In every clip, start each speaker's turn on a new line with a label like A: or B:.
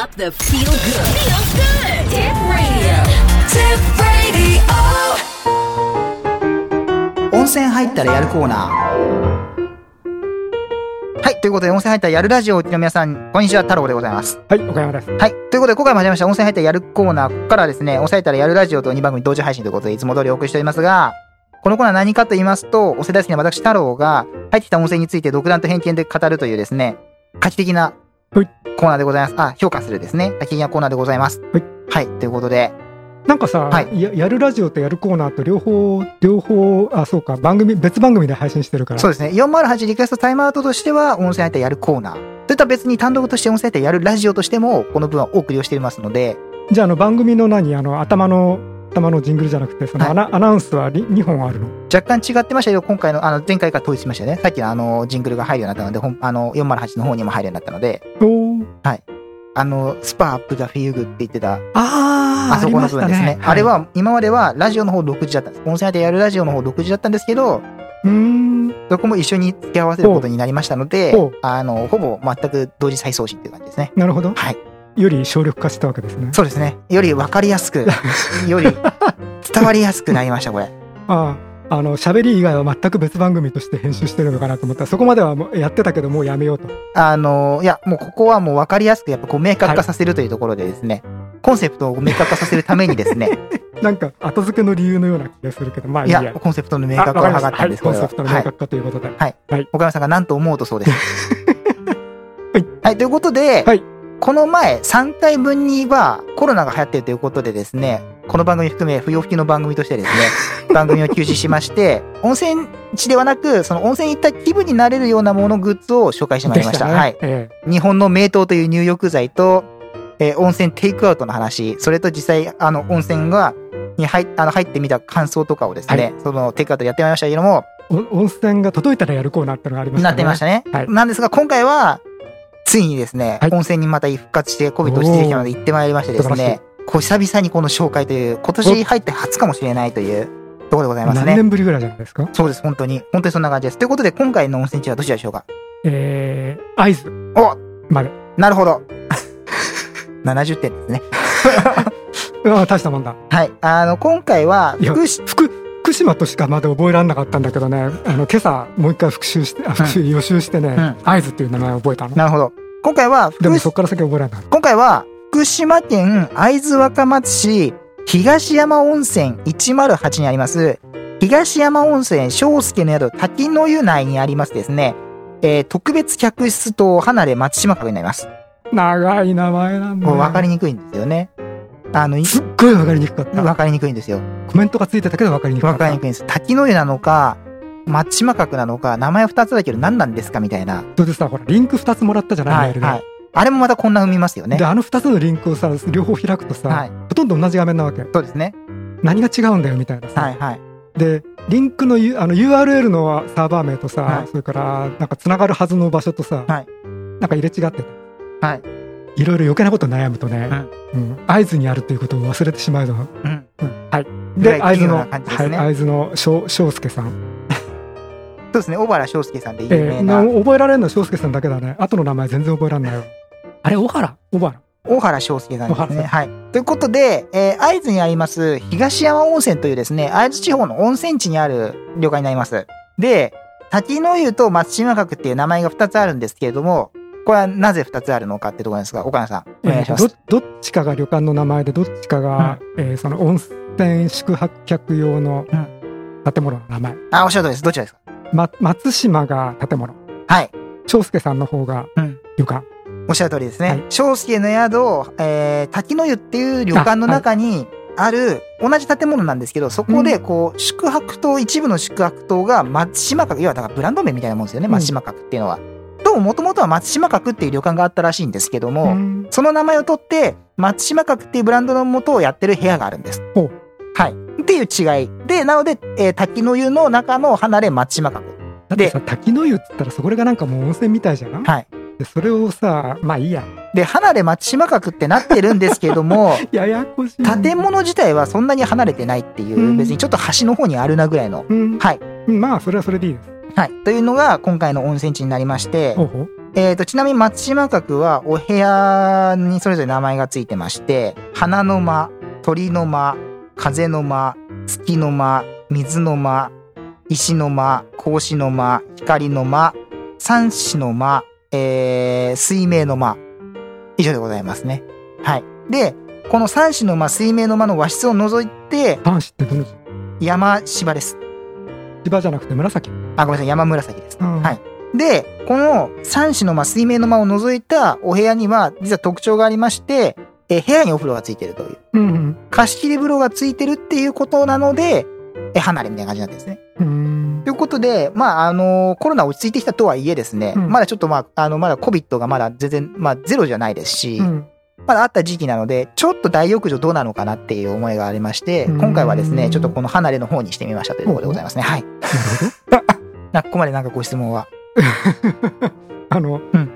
A: up the feel good. Feel good. Tip radio. Tip radio.
B: 温泉入ったらやるコーナー。はい。ということで、温泉入ったらやるラジオをお聞きの皆さん、こんにちは、太郎でございます。
C: はい、岡山です。
B: はい。ということで、今回も始めました、温泉入ったらやるコーナー。ここからはですね、温泉入ったらやるラジオと2番組同時配信ということで、いつも通りお送りしておりますが、このコーナー何かと言いますと、お世代好きな私、太郎が、入ってきた温泉について独断と偏見で語るというですね、画期的なコ
C: はい
B: ーナーでございます。あ、評価するですね。画期的なコーナーでございます。
C: はい。
B: はい。ということで、
C: なんかさ、
B: はい
C: ややるラジオとやるコーナーと両方、両方、あ、そうか、番組、別番組で配信してるから。
B: そうですね。408リクエストタイムアウトとしては、温泉入ったらやるコーナー。それとは別に単独として温泉入ったらやるラジオとしても、この分はお送りをしていますので、
C: じゃあ、あの、番組の何、あの、頭の、頭のジングルじゃなくて、その
B: はい
C: アナ、アナウンスは2本あるの。
B: 若干違ってましたけど、今回の、あの、前回から統一しましたよね。さっきのあの、ジングルが入るようになったので、ほんあの、408の方にも入るようになったので、
C: おー
B: あの、スパアップがフィーグって言ってた、
C: あー
B: あそこの部分ですね。あ
C: りました
B: れ、は、今まではラジオの方6時だったんです。温泉入ってやるラジオの方6時だったんですけど、
C: うーん。
B: そこも一緒に付け合わせることになりましたので
C: ほう、
B: あの、ほぼ全く同時再送信っていう感じですね。
C: なるほど。
B: はい。
C: より省力化したわけですね。
B: そうですね。より分かりやす く、より伝わりやすくなりました、これ。
C: ああ、あの、喋り以外は全く別番組として編集してるのかなと思ったら、そこまではもうやってたけど、もうやめようと。
B: あの、いや、もうここはもう分かりやすく、やっぱこう明確化させるというところでですね、コンセプトを明確化させるためにですね、
C: なんか、後付けの理由のような気がするけど、まあい
B: い
C: いや。
B: や、コンセプトの明
C: あ
B: 確化を図ったんです、
C: わかりまし
B: これは。
C: たはいコンセプトの明
B: はい。
C: 確化ということで。
B: 岡山さんが何と思うとそうです。
C: はい。
B: はい、ということで、
C: はい
B: この前3回分にはコロナが流行っているということでですね、この番組含め不要不急の番組としてです ね、番組を休止しまして、温泉地ではなく、その温泉行った気分になれるようなものグッズを紹介してまいりました。
C: でね
B: はい。
C: え
B: 日本の名湯という入浴剤と、えー温泉テイクアウトの話、それと実際、あの、温泉が、に入っあの入ってみた感想とかをですね、
C: はい
B: そのテイクアウトやってまいりましたけども、
C: えお温泉が届いたらやるコーナーってのがありました
B: なってましたね。
C: はい
B: なんですが、今回は、ついにですね、
C: はい
B: 温泉にまた復活して、COVID 落ちてきたので行ってまいりましてです
C: 素晴らし
B: ね、こう久々にこの紹介という、今年入って初かもしれないというところでございます
C: 何
B: ね。
C: 年ぶりぐらいじゃないですか
B: そうです、本当に。本当にそんな感じです。ということで、今回の温泉地はどちらでしょうか
C: えー、合図
B: お
C: まで。
B: なるほ ど。70点ですね。
C: うわ、大したもんだ。、
B: はい。あの、今回はい
C: や
B: 福島、
C: 福、福島としかまだ覚えられなかったんだけどね、あの、今朝もう一回復習して、あ復習、予習してね
B: う、
C: 合図っていう名前を覚えたの。
B: なるほど。今回は、
C: で
B: 福
C: もそっから先覚えられなかっ
B: 今回は、福島県会津若松市東山温泉108にあります、東山温泉章介の宿滝の湯内にありますですね、えー特別客室棟離れ松島閣になります。
C: た。長い名前なんだ
B: こ
C: よ。
B: れ分かりにくいんですよね。あの、い
C: すっごいわかりにくかった。
B: 分かりにくいんですよ。
C: コメントがついてたけどわかりにくか
B: 分
C: っ
B: かり
C: た
B: に。くいんです。滝の湯なのか、松島閣なのか、名前2つだけど何なんですかみたいな。
C: それでさ、ほら、リンク2つもらったじゃない
B: は
C: メー
B: い、
C: ルで
B: はい。あれもまたこんな踏みますよね
C: で、。あの2つのリンクをさ、両方開くとさ、
B: はい。
C: ほとんど同じ画面なわけ。
B: そうですね。
C: 何が違うんだよみたいなさ。
B: はい、はい。
C: で、リンクの U あの URL のサーバー名とさ、
B: はい
C: それから、なんか繋がるはずの場所とさ、
B: はい
C: なんか入れ違ってた。
B: はい。
C: いろいろ余計なこと悩むとね、うん合図にあるということを忘れてしまうの。
B: うん。
C: はい。
B: ぐらい
C: で、合図
B: 器用
C: の、
B: な感じですね
C: はい、合図の翔翔介さん。
B: そうですね、小原章介さんで有
C: えー
B: 名な、
C: な覚えられるのは翔介さんだけだね。後の名前全然覚えられないよ。あれ、小原小原。
B: 小原章介さんです
C: 小
B: ね。
C: 原
B: はい。ということで、えー、会津にあります東山温泉というですね、会津地方の温泉地にある旅館になります。で、滝の湯と松島閣っていう名前が2つあるんですけれども、これはなぜ2つあるのかってところなんですが、岡野さん、お願いします。
C: どどっちかが旅館の名前でどっちかが、えーその温泉宿泊客用の
B: う
C: 建物の名前、
B: あ、おっしゃる通りです。どちらですか
C: ま、松島が建物
B: はい。
C: 長介さんの方が
B: うん
C: 旅館、
B: おっしゃる通りです
C: はい
B: ね。章、介の宿、えー、滝の湯っていう旅館の中にある、同じ建物なんですけど、そこで、こう、宿泊棟、一部の宿泊棟が松島閣、要はだからブランド名みたいなもんですよね、
C: うん
B: 松島閣っていうのは。どうもともとは松島閣っていう旅館があったらしいんですけども、
C: うん
B: その名前を取って、松島閣っていうブランドの元をやってる部屋があるんです。
C: ほう
B: はい。っていう違い。で、なので、えー滝の湯の中の離れ松島閣。
C: だってさ滝の湯っつったらそこがなんかもう温泉みたいじゃん、
B: はい。
C: でそれをさまあいいや
B: で、離れ松島閣ってなってるんですけど も、
C: ややこしい
B: 建物自体はそんなに離れてないっていう、
C: うん
B: 別にちょっと端の方にあるなぐらいの。
C: うん
B: はい。
C: うんまあそれはそれでいいです
B: はい。というのが今回の温泉地になりまして
C: ほう、ほう
B: えー、と、ちなみに松島閣はお部屋にそれぞれ名前がついてまして、花の間、鳥の間、風の間、月の間、水の間、石の間、格子の間、光の間、三子の間、えー、水明の間。以上でございますね。はい。で、この三子の間、水明の間の和室を除いて、
C: 男子ってどの字
B: 山芝です。
C: 芝じゃなくて紫。
B: あ、ごめんなさい、山紫です。は
C: はい
B: で、この三種の間、水明の間を除いたお部屋には、実は特徴がありまして、えー部屋にお風呂がついてるという。
C: うんうん。
B: 貸し切り風呂がついてるっていうことなので、えー離れみたいな感じなんですね。
C: うん
B: ということで、まあ、あのコロナ落ち着いてきたとはいえですね、
C: うん
B: まだちょっとまあ、あの、まだ COVID がまだ全然、まあ、ゼロじゃないですし、
C: うん
B: まだあった時期なので、ちょっと大浴場どうなのかなっていう思いがありまして、
C: うん
B: 今回はですね、ちょっとこの離れの方にしてみましたというところでございますね。はい。なここまでなんかご質問は。
C: あの、
B: うん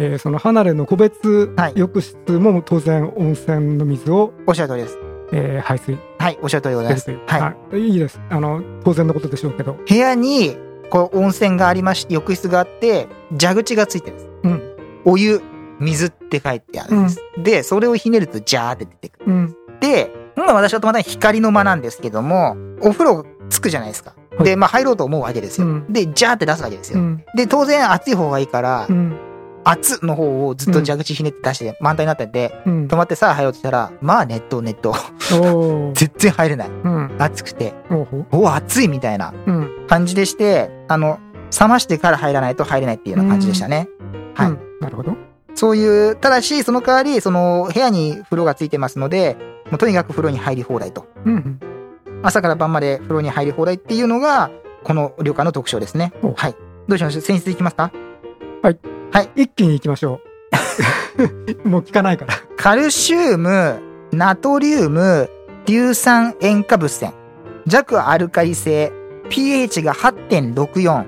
C: えーその離れの個別
B: はい
C: 浴室も当然温泉の水を、
B: おっしゃる通りです。
C: えー排水し
B: はい、おっしゃる通りでございま
C: てる
B: す
C: という。。
B: はい。
C: い、いいです。あの当然のことでしょうけど。
B: 部屋に、こう、温泉がありまして、浴室があって、蛇口がついてるんです。
C: うん
B: お湯、水って書いてあるんです。で、それをひねると、ジャーって出てくる。
C: うん
B: で、今私はたまたま光の間なんですけども、お風呂つくじゃないですか。
C: はい
B: で、まあ入ろうと思うわけですよ。
C: うん
B: で、ジャーって出すわけです
C: う
B: よ。
C: ん
B: で、当然熱い方がいいから
C: う、ん
B: 熱の方をずっと蛇口ひねって出して満タンになってて、
C: うん
B: 止まってさあ入ろうとしたら、まあ熱湯熱湯。
C: おー
B: 全然入れない。
C: うん
B: 熱くて、
C: おー
B: お熱いみたいな。
C: うん
B: 感じでして、あの、冷ましてから入らないと入れないっていうような感じでしたね。はい
C: うんなるほど。
B: そういう、ただし、その代わり、その、部屋に風呂がついてますので、もうとにかく風呂に入り放題と。
C: うん
B: 朝から晩まで風呂に入り放題っていうのが、この旅館の特徴ですね
C: お。
B: はい。どうしましょう選出いきますか
C: 一気に行きましょう。 もう聞かないから。
B: カルシウム、ナトリウム、硫酸塩化物泉、弱アルカリ性、pH が8.64、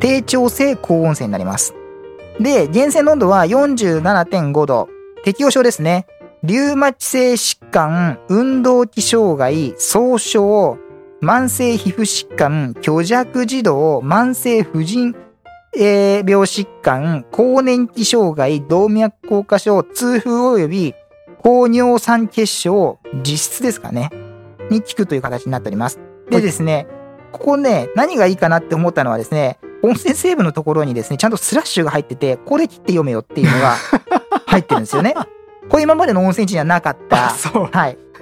B: 低調性高温泉になります。で、源泉の温度は47.5度、適応症ですね。リウマチ性疾患、運動器障害、総症、慢性皮膚疾患、虚弱児童、慢性婦人、えー病疾患、更年期障害、動脈硬化症、痛風及び高尿酸血症、実質ですかね。に効くという形になっております。でですね、ここね、何がいいかなって思ったのはですね、温泉成分のところにですね、ちゃんとスラッシュが入ってて、これ切って読めよっていうのが入ってるんですよね。これ今までの温泉地にはなかった。
C: そう。
B: はい。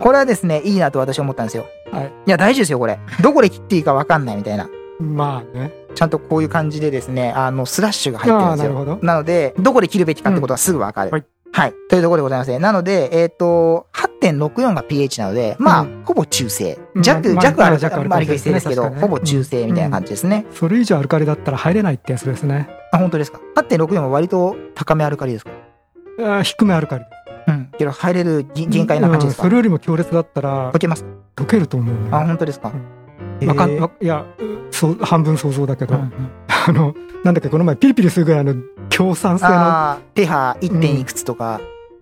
B: これはですね、いいなと私は思ったんですよ。
C: はい。
B: いや、大事ですよ、これ。どこで切っていいかわかんないみたいな。
C: まあね。
B: ちゃんとこういう感じでですね、あの、スラッシュが入ってる
C: あ
B: んで
C: あな
B: す
C: る
B: よ。
C: ほど。
B: なので、どこで切るべきかってことはすぐわかる。
C: うんはい。
B: というところでございますね。なので、えっ、と、8.64が pH なので、まあ、
C: う
B: ほぼ中性。
C: うん
B: 弱、
C: まあ
B: 弱ある、
C: まあ弱ある
B: まあ、あり性ですけど、
C: 確かに
B: ほ
C: ね
B: ぼ中性みたいな感じですね。
C: それ以上アルカリだったら入れないってやつですね。
B: あ、本当ですか。8.64は割と高めアルカリですか
C: あー低めアルカリ。
B: うん。けど、入れるぎ限界な感じですか、
C: うんそれよりも強烈だったら
B: 溶けます
C: 溶けると思うね
B: あ、本当ですか
C: うん。
B: へー
C: わかんわいやそう半分想像だけ
B: う
C: ど、
B: んうん
C: あのなんだっけこの前ピリピリするぐらいの強酸性の
B: ああ、手波 1. 点いくつとか、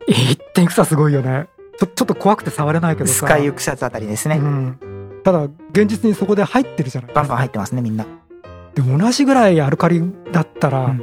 C: 一点草すごいよねちょちょっと怖くて触れないけどさ
B: スカイユクシャツあたりですね。
C: うん、ただ現実にそこで入ってるじゃない
B: バンバン入ってますね、みんな。
C: で同じぐらいアルカリだったら、
B: うん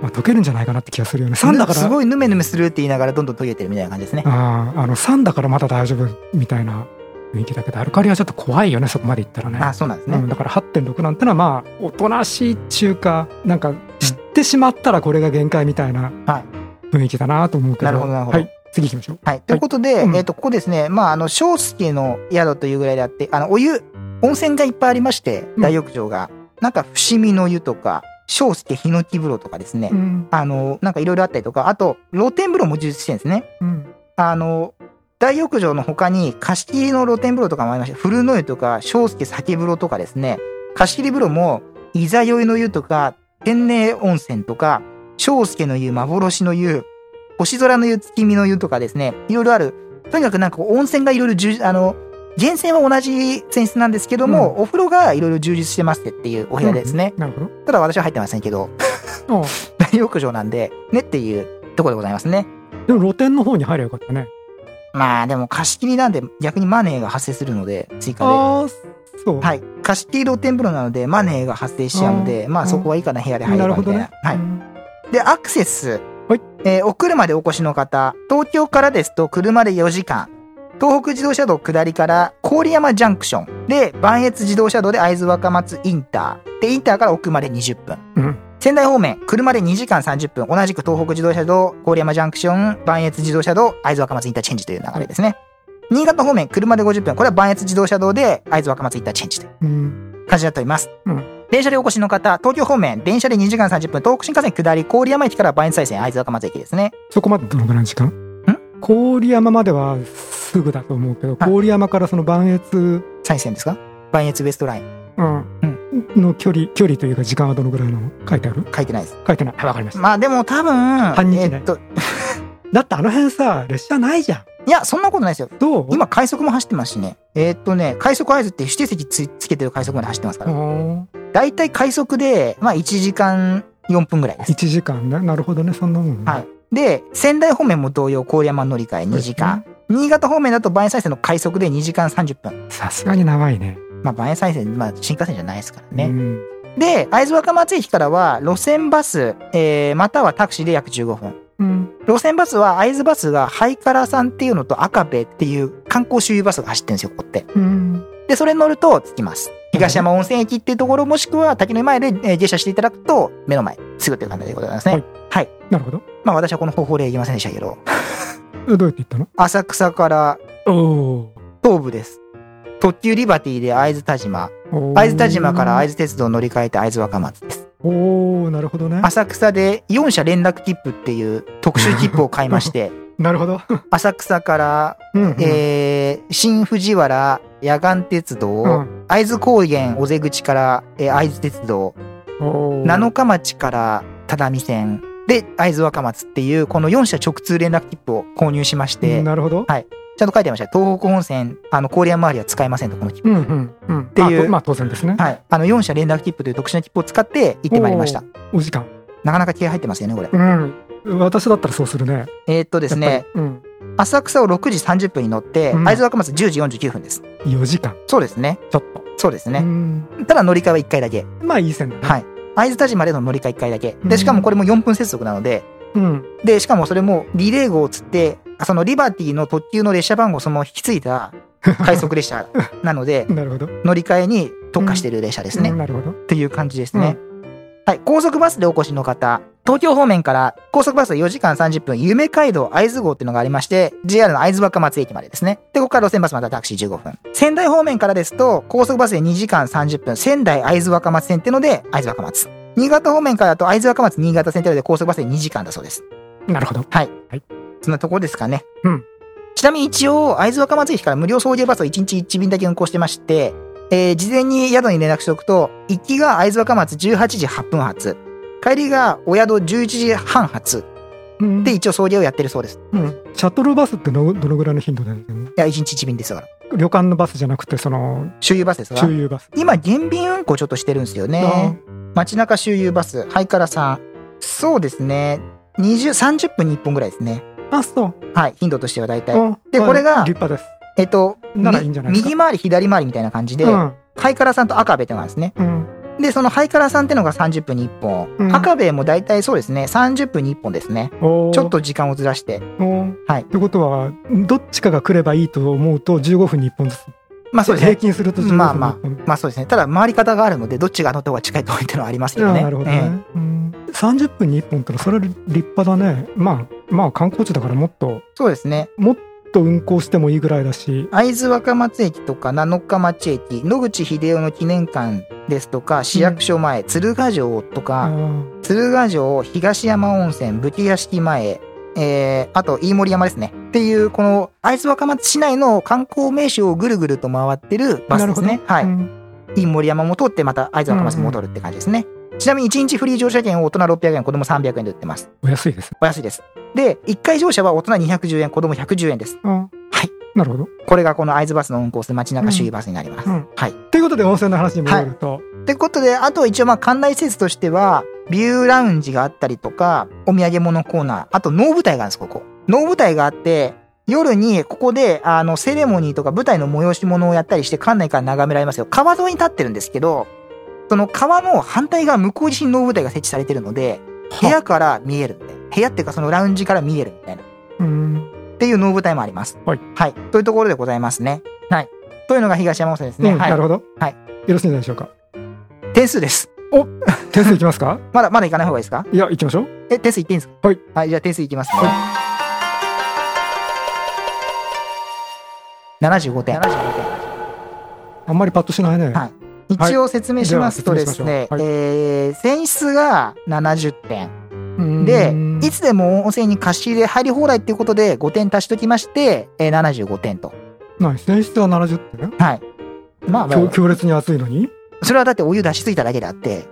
C: まあ、溶けるんじゃないかなって気がするよね酸だから
B: すごいヌメヌメするって言いながらどんどん研げてるみたいな感じですね。
C: あーあの酸だからまだ大丈夫みたいな雰囲気だけどアルカリはちょっと怖いよねそこまでいったらね
B: あ、そうなんですね。
C: うん、だから8.6なんてのはまあおとなしいっちゅうかなんか知ってしまったらこれが限界みたいな
B: は
C: 雰囲気だなと思うけど、
B: なるほどなるほど
C: はい次行きましょう
B: はい。ということで、
C: うん
B: えっ、と、ここですね、まあ、あの、小介の宿というぐらいであって、あの、お湯、温泉がいっぱいありまして、
C: うん
B: 大浴場が。なんか、伏見の湯とか、小介ヒノキ風呂とかですね。
C: うん
B: あの、なんかいろいろあったりとか、あと、露天風呂も充実してるんですね。
C: うん
B: あの、大浴場の他に貸し切りの露天風呂とかもありまして、古の湯とか、小介酒風呂とかですね、貸し切り風呂も、いざ酔いの湯とか、天然温泉とか、小介の湯、幻の湯、星空の湯、月見の湯とかですね、いろいろある。とにかくなんかこう温泉がいろいろ充実、あの、源泉は同じ泉質なんですけども、お風呂がいろいろ充実してますっていうお部屋ですね。
C: なるほ
B: ただ私は入ってませんけど、
C: どおう
B: 大浴場なんで、ねっていうところでございますね。
C: でも露店の方に入ればよかったね
B: まあでも貸し切りなんで逆にマネーが発生するので、追加で。
C: ああ、そう。
B: はい。貸し切り露天風呂なので、マネーが発生しちゃうので、
C: うん
B: まあそこはいいかな、部屋で入れ
C: なる
B: ば
C: ほ
B: みた
C: ど
B: いな。
C: ね。
B: はい。
C: い。
B: で、アクセス。
C: はい
B: えーお車でお越しの方、東京からですと車で4時間。東北自動車道下りから郡山ジャンクション。で、磐越自動車道で会津若松インター。で、インターから奥まで20分。
C: うん
B: 仙台方面、車で2時間30分。同じく東北自動車道、郡山ジャンクション、磐越自動車道、会津若松インターチェンジという流れですね。新潟方面、車で50分。これは磐越自動車道で会津若松インターチェンジという
C: うん。
B: 感じになっております。
C: うん
B: 電車でお越しの方、東京方面、電車で2時間30分、東北新幹線下り、郡山駅から磐越西線、会津若松駅ですね。
C: そこまでどのぐらいの時間郡山まではすぐだと思うけど、
B: はい
C: 郡山からその磐越、
B: 西線ですか磐越ウエストライン、
C: うんの距離、距離というか時間はどのぐらいなの書いてある
B: 書いてないです。
C: 書いてない。はいわかりました。
B: まあでも多分、
C: 半日以内
B: えっと、
C: だってあの辺さ、列車ないじゃん。
B: いや、そんなことないですよ。
C: どう
B: 今、快速も走ってますしね。えっとね、快速合図って指定席つつけてる快速まで走ってますか
C: あ
B: ら、
C: ー
B: だいたい快速で、まあ1時間4分ぐらいです。
C: 1時間ね。なるほどね、そんなもんね。
B: はいで、仙台方面も同様、郡山乗り換え2時間。新潟方面だと磐越西線の快速で2時間30分。
C: さすがに長いね。
B: まあ磐越西線、まあ新幹線じゃないですからね。
C: うん
B: で、会津若松駅からは、路線バス、えー、またはタクシーで約15分。
C: うん。
B: 路線バスは、会津バスが、ハイカラさんっていうのと赤部っていう観光周遊バスが走ってるんですよ、ここって。
C: うん。
B: で、それに乗ると着きます。東山温泉駅っていうところ、もしくは滝の前で、えー下車していただくと、目の前、すぐという感じでございますね。
C: はいなるほど。
B: まあ私はこの方法で行きませんでしたけど、
C: えどうやって行ったの
B: 浅草から
C: お
B: 東部です。特急リバティで会津田島。
C: お。
B: 会津田島から会
C: 津。
B: 津鉄道を乗り換えて会津若松です。
C: おおなるほ どね。
B: 浅草で4社連絡切符っていう特殊切符を買いま して、
C: なるほど。
B: 浅草から、
C: うんうん
B: えー、新藤原野岸鉄道、
C: うん
B: 会津高原尾瀬口から、えー会津鉄道、
C: おー
B: 七日町から只見線で会津若松っていうこの4社直通連絡切符を購入しまして、
C: なるほど。
B: ちゃんと書いてありました東北本線あの郡山周りは使えませんとこの切符、
C: うんうんうん。って
B: いう
C: まあ当然ですね。
B: はい、あの4社連絡切符という特殊な切符を使って行ってまいりました
C: お時間。
B: なかなか気合入ってますよねこれ
C: うん。私だったらそうするね。
B: えーっとです
C: やっ
B: ね
C: ぱり。うん。
B: 浅草を6時30分に乗って、
C: うん
B: 会津若松10時49分です。
C: 4時間。
B: そうですね。
C: ちょっ
B: そうです
C: と。う
B: ね。
C: ん。
B: ただ乗り換えは1回だけ。
C: まあいい線だね。
B: はい。会津田島での乗り換え1回だけ。
C: う
B: で、
C: ん
B: しかもこれも4分接続なので、
C: うん。
B: で、しかもそれもリレー号をつって、そのリバティの特急の列車番号をそのまま引き継いだ快速列車なので、
C: なるほど。
B: 乗り換えに特化している列車ですね。
C: うんなるほど。
B: っていう感じですね。はい。高速バスでお越しの方、東京方面から高速バス4時間30分、夢街道会津号っていうのがありまして、JR の会津若松駅までですね。で、ここから路線バスまたタクシー15分。仙台方面からですと、高速バスで2時間30分、仙台会津若松線っていうので、会津若松。新潟方面からだと会津若松新潟線っていうので高速バスで2時間だそうです。
C: なるほど。
B: そんなとこですかね。
C: うん
B: ちなみに一応、会津若松駅から無料送迎バスを1日1便だけ運行してまして、えー事前に宿に連絡しておくと、行きが会津若松18時8分発、帰りがお宿11時半発
C: うん
B: で、一応送迎をやってるそうです。
C: うんシャトルバスってのどのぐらいの頻度でやるの
B: いや、1日1便ですから。
C: 旅館のバスじゃなくて、その、
B: 周遊バスですか
C: 周
B: ら。
C: 遊バス。
B: 今、減便運行ちょっとしてるんですよ
C: あ
B: ね。街中周遊バス、ハイカラさん。そうですね。20、30分に1本ぐらいですね。
C: あ、そう。
B: はい、頻度としては大体。
C: うん
B: でこれが
C: 立派です。
B: えっと、
C: ならいいんじゃないですか
B: み右回り、左回りみたいな感じで、
C: うん。
B: ハイカラさんと赤部ってのがあるんですね。
C: うん。
B: で、そのハイカラさんってのが30分に1本。
C: うん
B: 赤部も大体そうですね、30分に1本ですね。
C: おー
B: ちょっ。と時間をずらして。は
C: はいってことは、どっちかが来ればいいと思うと、15分に1本ずつ。
B: まあそうです
C: 平
B: ね。
C: 均すると15分に
B: まあま
C: 1本。
B: まあそうですね。ただ回り方があるので、どっちが乗った方が近いとかっていうのはありますけど
C: あ
B: ね。
C: あなるほど
B: ええ
C: ね、うん、30分に1本ってのはそれは立派だねまあまあ観光地だからもっと
B: そうですね。
C: もっと運行してもいいぐらいだし
B: 会津若松駅とか七日町駅、野口英世の記念館ですとか、市役所前、鶴ヶ城と
C: あ
B: か、
C: ー
B: 鶴ヶ城、東山温泉、武家屋敷前、えー、あと飯盛山ですね。っていう、この会津若松市内の観光名所をぐるぐると回ってるバスです
C: な
B: ね
C: る。ほど
B: はい。
C: うん
B: 飯盛山も通って、また会津若松に戻るって感じですね。ちなみに1日フリー乗車券を大人600円、子供300円で売ってます。
C: お安いです、
B: お安いです。で、1回乗車は大人210円、子供110円です。
C: は
B: はい
C: なるほど
B: これがこの会津バスの運行する街中周囲バスになります。
C: うんうん
B: はい。
C: ということで温泉の話に戻ると、
B: ってことで、あと一応まあ館内施設としては、ビューラウンジがあったりとか、お土産物コーナー、あと能舞台があるんです、ここ。能舞台があって、夜にここで、あの、セレモニーとか舞台の催し物をやったりして、館内から眺められますよ。川沿いに立ってるんですけど、その川の反対側、向こうに新郎舞台が設置されてるので、部屋から見えるんで、部屋っていうかそのラウンジから見えるみたいな。
C: うん。
B: っていう能舞台もあります。
C: はい。
B: というところでございますね。はい。というのが東山温泉です
C: ね、
B: ね。
C: うん
B: は
C: なる
B: い。
C: ほど。
B: はい
C: よろしいんじゃないでしょうか。
B: 点数です。
C: 点数いきますか
B: まだ、まだ行かない方がいいですか
C: いや、行きましょう。
B: え、点数いっていいんですか
C: はい。
B: はい、じゃあ点数いきますね。75点。
C: あんまりパッとしないね。
B: はい一応説明しますとですね、
C: では説明しましょう
B: えー、選出が70点。
C: うん
B: で、いつでも温泉に貸し入れ入り放題っていうことで5点足しときまして、えー、75点と。
C: 何選出は70点
B: はい。まあ、まあ
C: 強強烈に暑いのに
B: それはだってお湯出しすぎただけであって、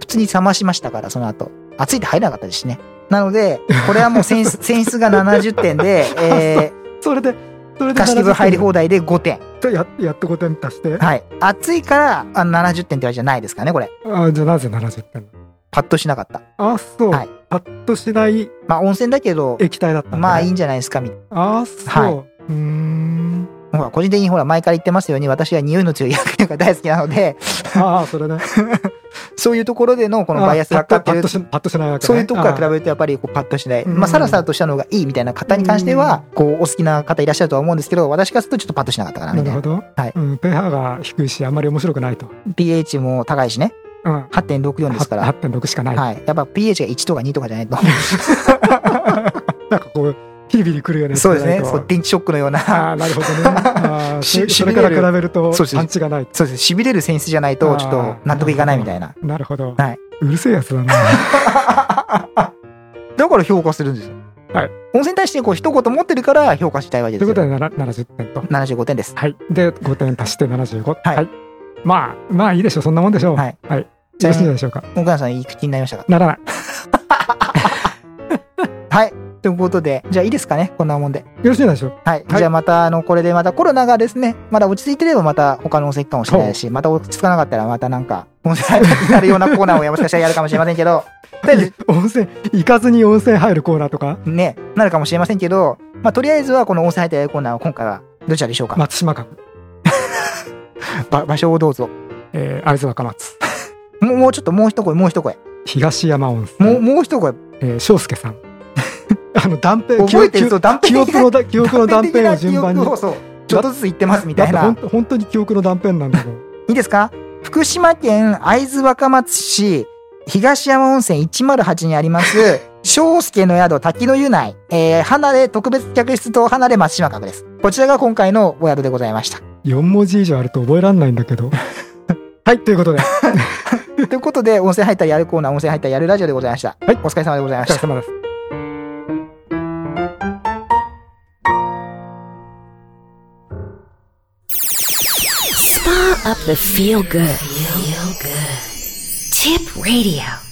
B: 普通に冷ましましたから、その後。熱いって入らなかったですしね。なので、これはもう選出 選出が70点で、え
C: それで、それ
B: ー、
C: で
B: 貸し切り入り
C: 70
B: 放題で5点。
C: 点ややっと5点足して。
B: はい。熱いから、あの、70点ってわけじゃないですかね、これ。
C: あじゃあなぜ70点
B: パッとしなかった。
C: あそう、
B: はい
C: パッとしない
B: まあ、温泉だけど、
C: 液体だったんだね、
B: まあいいんじゃないですか、みたい
C: あそう、
B: はいう
C: ーん
B: な。ほら、個人的にほら、前から言ってますように、私は匂いの強い薬品が大好きなので、
C: ああそれね
B: そういうところでのこのバイアスが
C: あ
B: かか
C: パ
B: ってる
C: ッと。しパッとしないわけ、ね、
B: そういうとこから比
C: あ
B: べるとやっぱりこうパッとしない。
C: うん
B: まあ、サラサラとしたのがいいみたいな方に関しては、こう、お好きな方いらっしゃるとは思うんですけど、私からするとちょっとパッとしなかったかな、
C: な
B: み
C: る
B: たい
C: ほ
B: な。
C: ど、
B: はい
C: うん、pH が低いしあんまり面白くないと、
B: pH も高いしね。
C: うん、は
B: 8.64ですから。
C: 8.6しかない、
B: はい。やっぱ pH が1とか2とかじゃないと。
C: なんかこうヒリビリくるよね
B: そうですね。
C: そ
B: そう電気ショックのような。
C: ああなるほどねあー
B: し
C: それ
B: し
C: そ
B: び
C: れ
B: れる
C: から比べると
B: そうです
C: パンチがない
B: そうです。痺れるセンスじゃないと、ちょっと納得いかないみたいな。
C: なるほど、
B: はいう
C: るせえやつだな
B: だから評価するんですよ。
C: はい。
B: 温泉に対してこう一言持ってるから評価したいわけで
C: とい
B: す
C: う
B: よ。
C: ことでなら70点と
B: 75点です。
C: はいで5点足して75はいい、まあまあいいでしょうそんなもんでしょう
B: はい、
C: はい、よろしいんじゃないでしょうか
B: 岡野さん、いい口になりましたか
C: ならない
B: はい。ということで、じゃあいいですかねこんなもんで。
C: よろしいんじゃないでしょうか
B: はい。
C: はい
B: じゃあまた、あの、これでまたコロナがですね、まだ落ち着いてればまた他の温泉行くかもしれないし、また落ち着かなかったらまたなんか、温泉入りになるようなコーナーをもしかしたらやるかもしれませんけど、とりあえず
C: 温泉行かずに温泉入るコーナーとか
B: ね、なるかもしれませんけど、まあとりあえずはこの温泉入ってやるコーナーを今回はどちらでしょうか、
C: 松島角、
B: ば場所をどうぞ。
C: えー、会津若松
B: もうもうちょっともう一声、もう一声。
C: 東山温泉
B: もう、もう一声。
C: えー、翔介さん あの断片
B: 覚えてるぞ、断
C: 記
B: 片
C: 憶
B: 的
C: 記憶
B: な
C: のだ記憶の断片を順番に
B: 記憶をそうちょっとずつ言ってますみたい
C: だっ
B: な
C: て。ほん本当に記憶の断片なんだもん
B: いいですか福島県会津若松市東山温泉108にあり ます、章介の宿滝の湯内、えー、離れ特別客室と離れ松島閣です。こちらが今回のお宿でございました。
C: 四文字以上あると覚えらんないんだ けどはいということで
B: ということで、温泉入ったらやるコーナー、温泉入ったらやるラジオでございました。
C: はい
B: お疲れ様でござい
C: お
B: ま
C: 疲
B: し
C: れ
B: た。
C: 様です
A: Spa up the feel good. Feel good. Tip radio.